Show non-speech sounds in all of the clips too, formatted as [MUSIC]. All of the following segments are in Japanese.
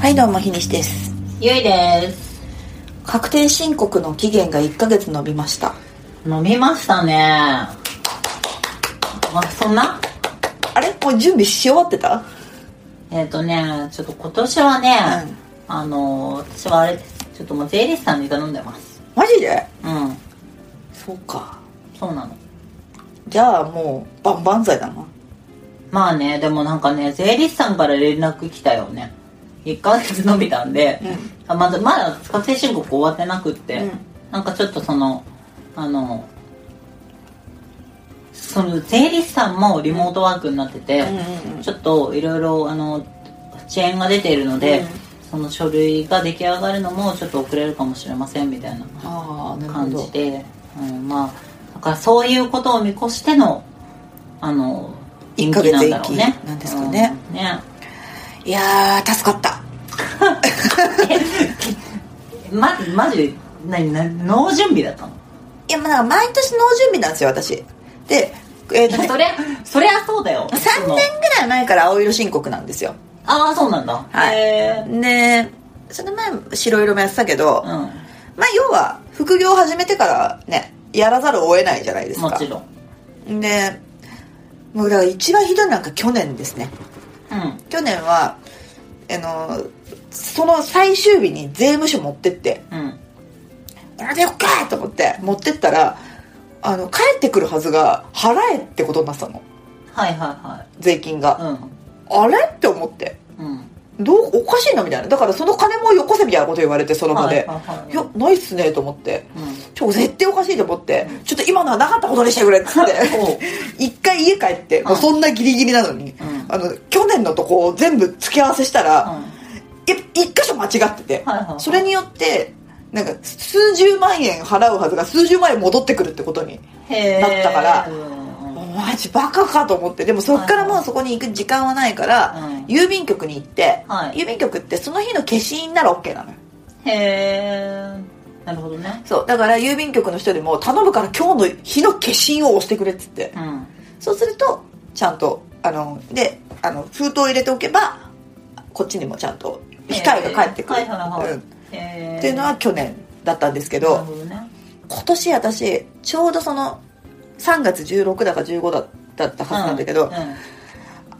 はいどうも日西ですゆいです確定申告の期限が1ヶ月延びました飲みましたねまあそんなあれもう準備し終わってたえっ、とねちょっと今年はね、あのー私はあれですちょっともう税理士さんに頼んでますマジでうんそうかそうなのじゃあもう万々歳だなまあねでもなんかね税理士さんから連絡来たよね1ヶ月伸びたんで、あまだまだ確定申告終わってなくって、うんなんかちょっとそのあのその税理士さんもリモートワークになってて、うんうんちょっといろいろあの遅延が出ているので、うんその書類が出来上がるのもちょっと遅れるかもしれませんみたいなああなるほ感どじで、うん、まあだからそういうことを見越してのあの一ヶ月延期なんだろう延ね期なんですかね、うんねいやー助かったまずマジ何何脳準備だったのいやまあ毎年脳準備なんですよ私でえっ、と、そりゃそりゃそうだよ3そ年のぐらい前から青色申告なんですよああそうなんだはいへーでその前白色もやってたけど、うんまあ要は副業を始めてからねやらざるを得ないじゃないですかもちろんでもうだから一番ひどいのはなんか去年ですねうん去年はあのその最終日に税務署持ってってうん「これでよっか!」と思って持ってったらあの帰ってくるはずが払えってことになってたのはいは税金いが、はあれって思っていうんうんどうおかしいなみたいなだからその金もよこせみたいなこと言われてその場で「はいはいはいいやないっすね」と思ってうんちょ絶対おかしいと思ってちょっと今のはなかったことにしてくれっ [LAUGHS] つって一回家帰ってもうそんなギリギリなのに、んあの去年のとこを全部付け合わせしたら、うんやっぱ一箇所間違ってて、はいはいはいそれによってなんか数十万円払うはずが数十万円戻ってくるってことにへーだったからうんうんマジバカかと思ってでもそっからもうそこに行く時間はないから、うん郵便局に行って、はい郵便局ってその日の消印なら OK なのよへえなるほどねそうだから郵便局の人でも頼むから今日の日の消印を押してくれっつってうんそうするとちゃんとあのであの封筒を入れておけばこっちにもちゃんと控えが返ってくる、へーはいはいはいうんへーっていうのは去年だったんですけど、なるほどね今年私ちょうどその3月16だか15だだったはずなんだけど、うんうん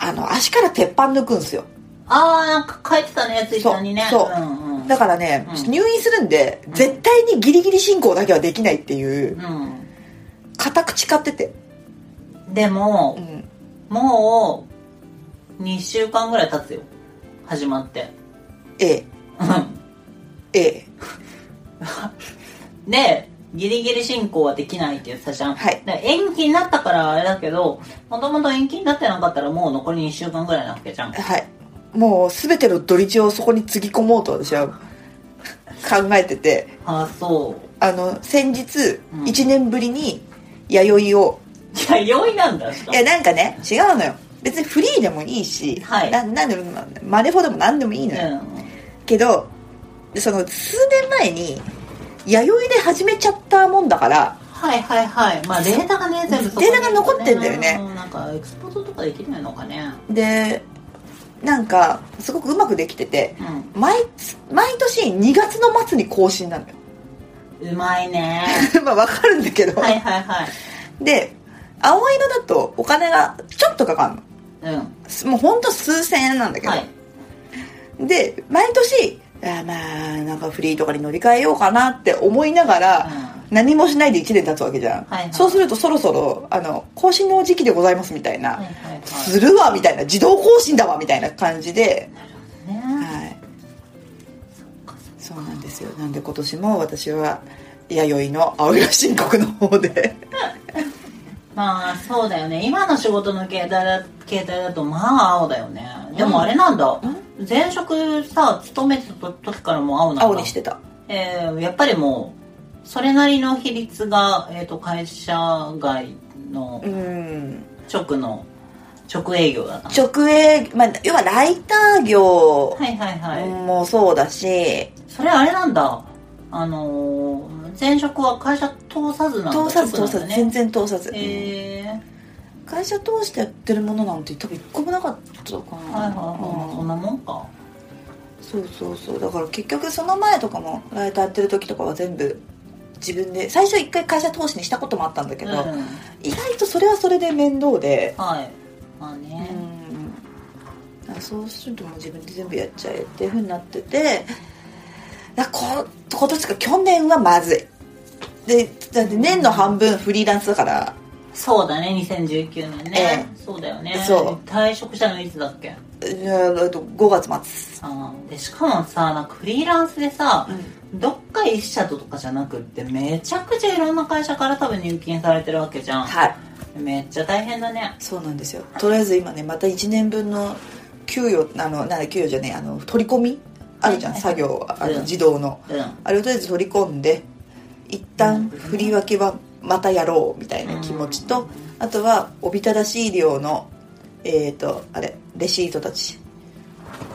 あの足から鉄板抜くんですよああなんか書いてたねツイッターにねそうそんうんだからね、うん入院するんでん絶対にギリギリ進行だけはできないっていうう固く誓ってて、んでもう、ん、もう2週間ぐらい経つよ始まってええええでギリギリ進行はできないって言ってたじゃん、はいで延期になったからあれだけどもともと延期になってなかったらもう残り2週間ぐらいなわけじゃんはいもう全ての土日をそこにつぎ込もうと私は考えててああそうあの先日うん1年ぶりに弥生をいや容易なんだしかいやなんかね違うのよ別にフリーでもいいし、はいななんでもマネフォでも何でもいいのよ、うんけどその数年前に弥生で始めちゃったもんだからはいはいはいまあデータがね全部そこにデータが残ってんだよねうんなんかエクスポートとかできないのかねでなんかすごくうまくできててう毎つ毎年2月の末に更新なのよ [LAUGHS] んうまいねまあわかるんだけど、はいはいはいで青色だとお金がちょっとかかるのうんすもうほんと数千円なんだけど、はいで毎年あーまあなんかフリーとかに乗り換えようかなって思いながら、何もしないで1年経つわけじゃん、はいはいそうするとそろそろあの更新の時期でございますみたいな、はいはいはいするわみたいな自動更新だわみたいな感じで、ねはいそうなんですよなんで今年も私は弥生の青色申告の方でまあそうだよね今の仕事の携帯だ携帯だとまあ青だよねでもあれなんだ、前職さ勤めてた時からもう青なんだ青にしてたえーやっぱりもうそれなりの比率が、えー、と会社外のうん直の直営業だな直営、まあ、要はライター業はいはいはい、もそうだし、それあれなんだあのー前職は会社通さずなんだ通さず直通なさず、んだね全然通さず、へえ会社通してやってるものなんて多分一個もなかったかな、はいはいはい、まあそんなもんかそうそうそうだから結局その前とかもライターやってる時とかは全部自分で最初一回会社投資にしたこともあったんだけうど、ん、意外とそれはそれで面倒ではいまあうね、んあそうするともう自分で全部やっちゃえっていうふうになっててだこ今年か去年はまずいでだって年の半分フリーランスだからそうだね2019年ね、えそうだよねそ退職したのいつだっけうんあと5月末あーでしかもさなんかフリーランスでさ、どっか一社ととかじゃなくってめちゃくちゃいろんな会社から多分入金されてるわけじゃん、はいめっちゃ大変だねそうなんですよとりあえず今ねまた1年分の給与あのなんだ給与じゃねえあの取り込みあるじゃんはい作業あうんの自動のうんあれをとりあえず取り込んで一旦うん振り分けはまたやろうみたいな気持ちと、うんあとはおびただしい量のえっ、とあれレシートたち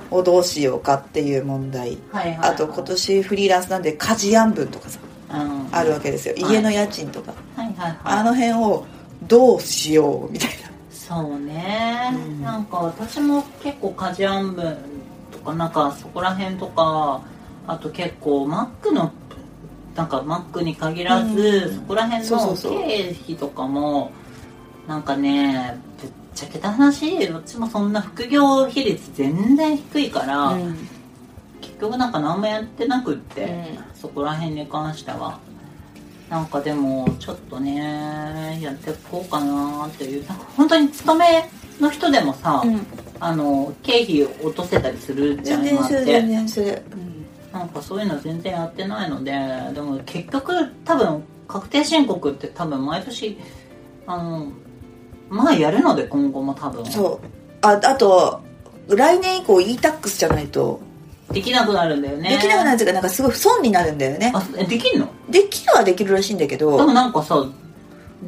をどうしようかっていう問題はいはいはいあと今年フリーランスなんで家事案分とかさうんあるわけですよはい家の家賃とか、はいはいはいあの辺をどうしようみたいなそうね、うんなんか私も結構家事案分とかなんかそこら辺とかあと結構マックのなんかマックに限らず、うんそこら辺そうそのうそう経費とかもなんかねぶっちゃけた話どっちもそんな副業比率全然低いから、うん結局なんか何もやってなくって、うんそこら辺に関してはなんかでもちょっとねやっていこうかなっていうなんか本当に勤めの人でもさ、あの経費落とせたりするじゃ全然ん今っそれて、全然それ、うんなんかそういうの全然やってないのででも結局多分確定申告って多分毎年あのまあやるので今後も多分そうああと来年以降 e-tax じゃないとできなくなるんだよねできなくなるるっていうかなんかすごい損になるんだよねあえできんのできるはできるらしいんだけでど、もなんかさ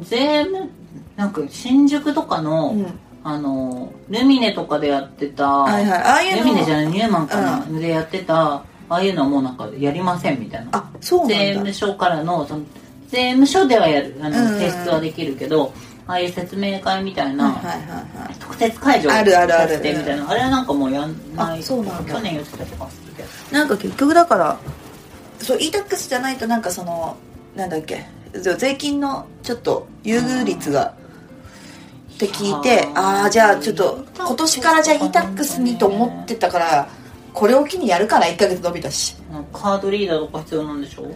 税務なんか新宿とかの、うんあのルミネとかでやってた、はいはいああいうルのミネじゃないニューマンかな、でやってたああいうのはもうなんかやりませんみたいなあそう税なん務だ署からのその税務署ではやるあの、うんうん提出はできるけどああいう説明会みたいな、はいはいはいはい特設会場あるあるあるやってみたいなあれはなんかもうやんないあそうなんだ去年言ってたとかするけどなんか結局だからそう e-tax じゃないとなんかそのなんだっけ税金のちょっと優遇率がって聞いいやてーああーじゃあちょっと今年からじゃあ e-tax にと思ってたからこれを機にやるから1ヶ月伸びたしなんかカードリーダーとか必要なんでしょ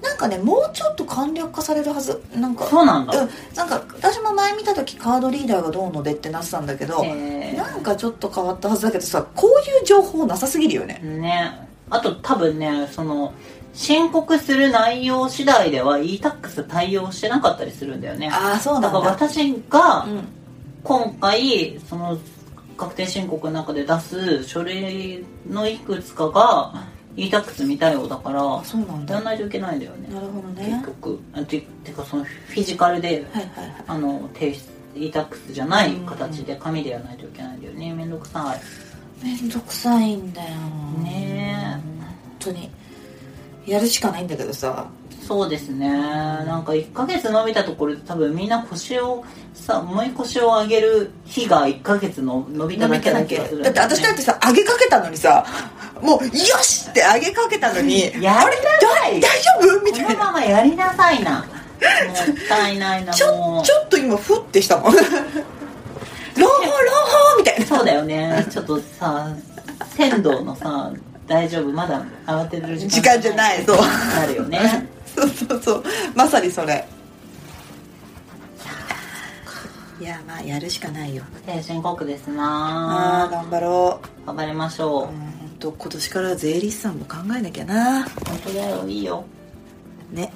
なんかねもうちょっと簡略化されるはずなんかそうなんだ、うん、なんか私も前見た時カードリーダーがどうのでってなってたんだけどえーなんかちょっと変わったはずだけどさこういう情報なさすぎるよねねあと多分ねその申告する内容次第では e-tax 対応してなかったりするんだよねああそうなだんからだ私がうん今回その確定申告の中で出す書類のいくつかが e-tax 未対応だからあそうなんだやんなないといけないんだよねるほどね結局あててかそのフィジカルではいはいはいあの提出 e-tax じゃない形で紙でやらないといけないんだよねめんどくさいめんどくさいんだよねえ本当にやるしかないんだけどさそうですねなんか1ヶ月伸びたところで多分みんな腰をさ重い腰を上げる日が1ヶ月の伸びただけな気がするだって私だってさ上げかけたのに [LAUGHS] さもう「よし!」って上げかけたのに「やあれだ大丈夫?」みこたのいなままやりなさいなもったいないなちもょうちょっと今ふってしたもん [LAUGHS] 朗報朗報みたいなそうだよねちょっとさ仙道のさ大丈夫まだ慌てる時間時間じゃないそうなるよねそうそうそうまさにそれいやまあやるしかないよ精神国ですああな頑張ろ頑張りましうょうんほんと今年から税理士さんも考えなきゃなう本当だよいいよね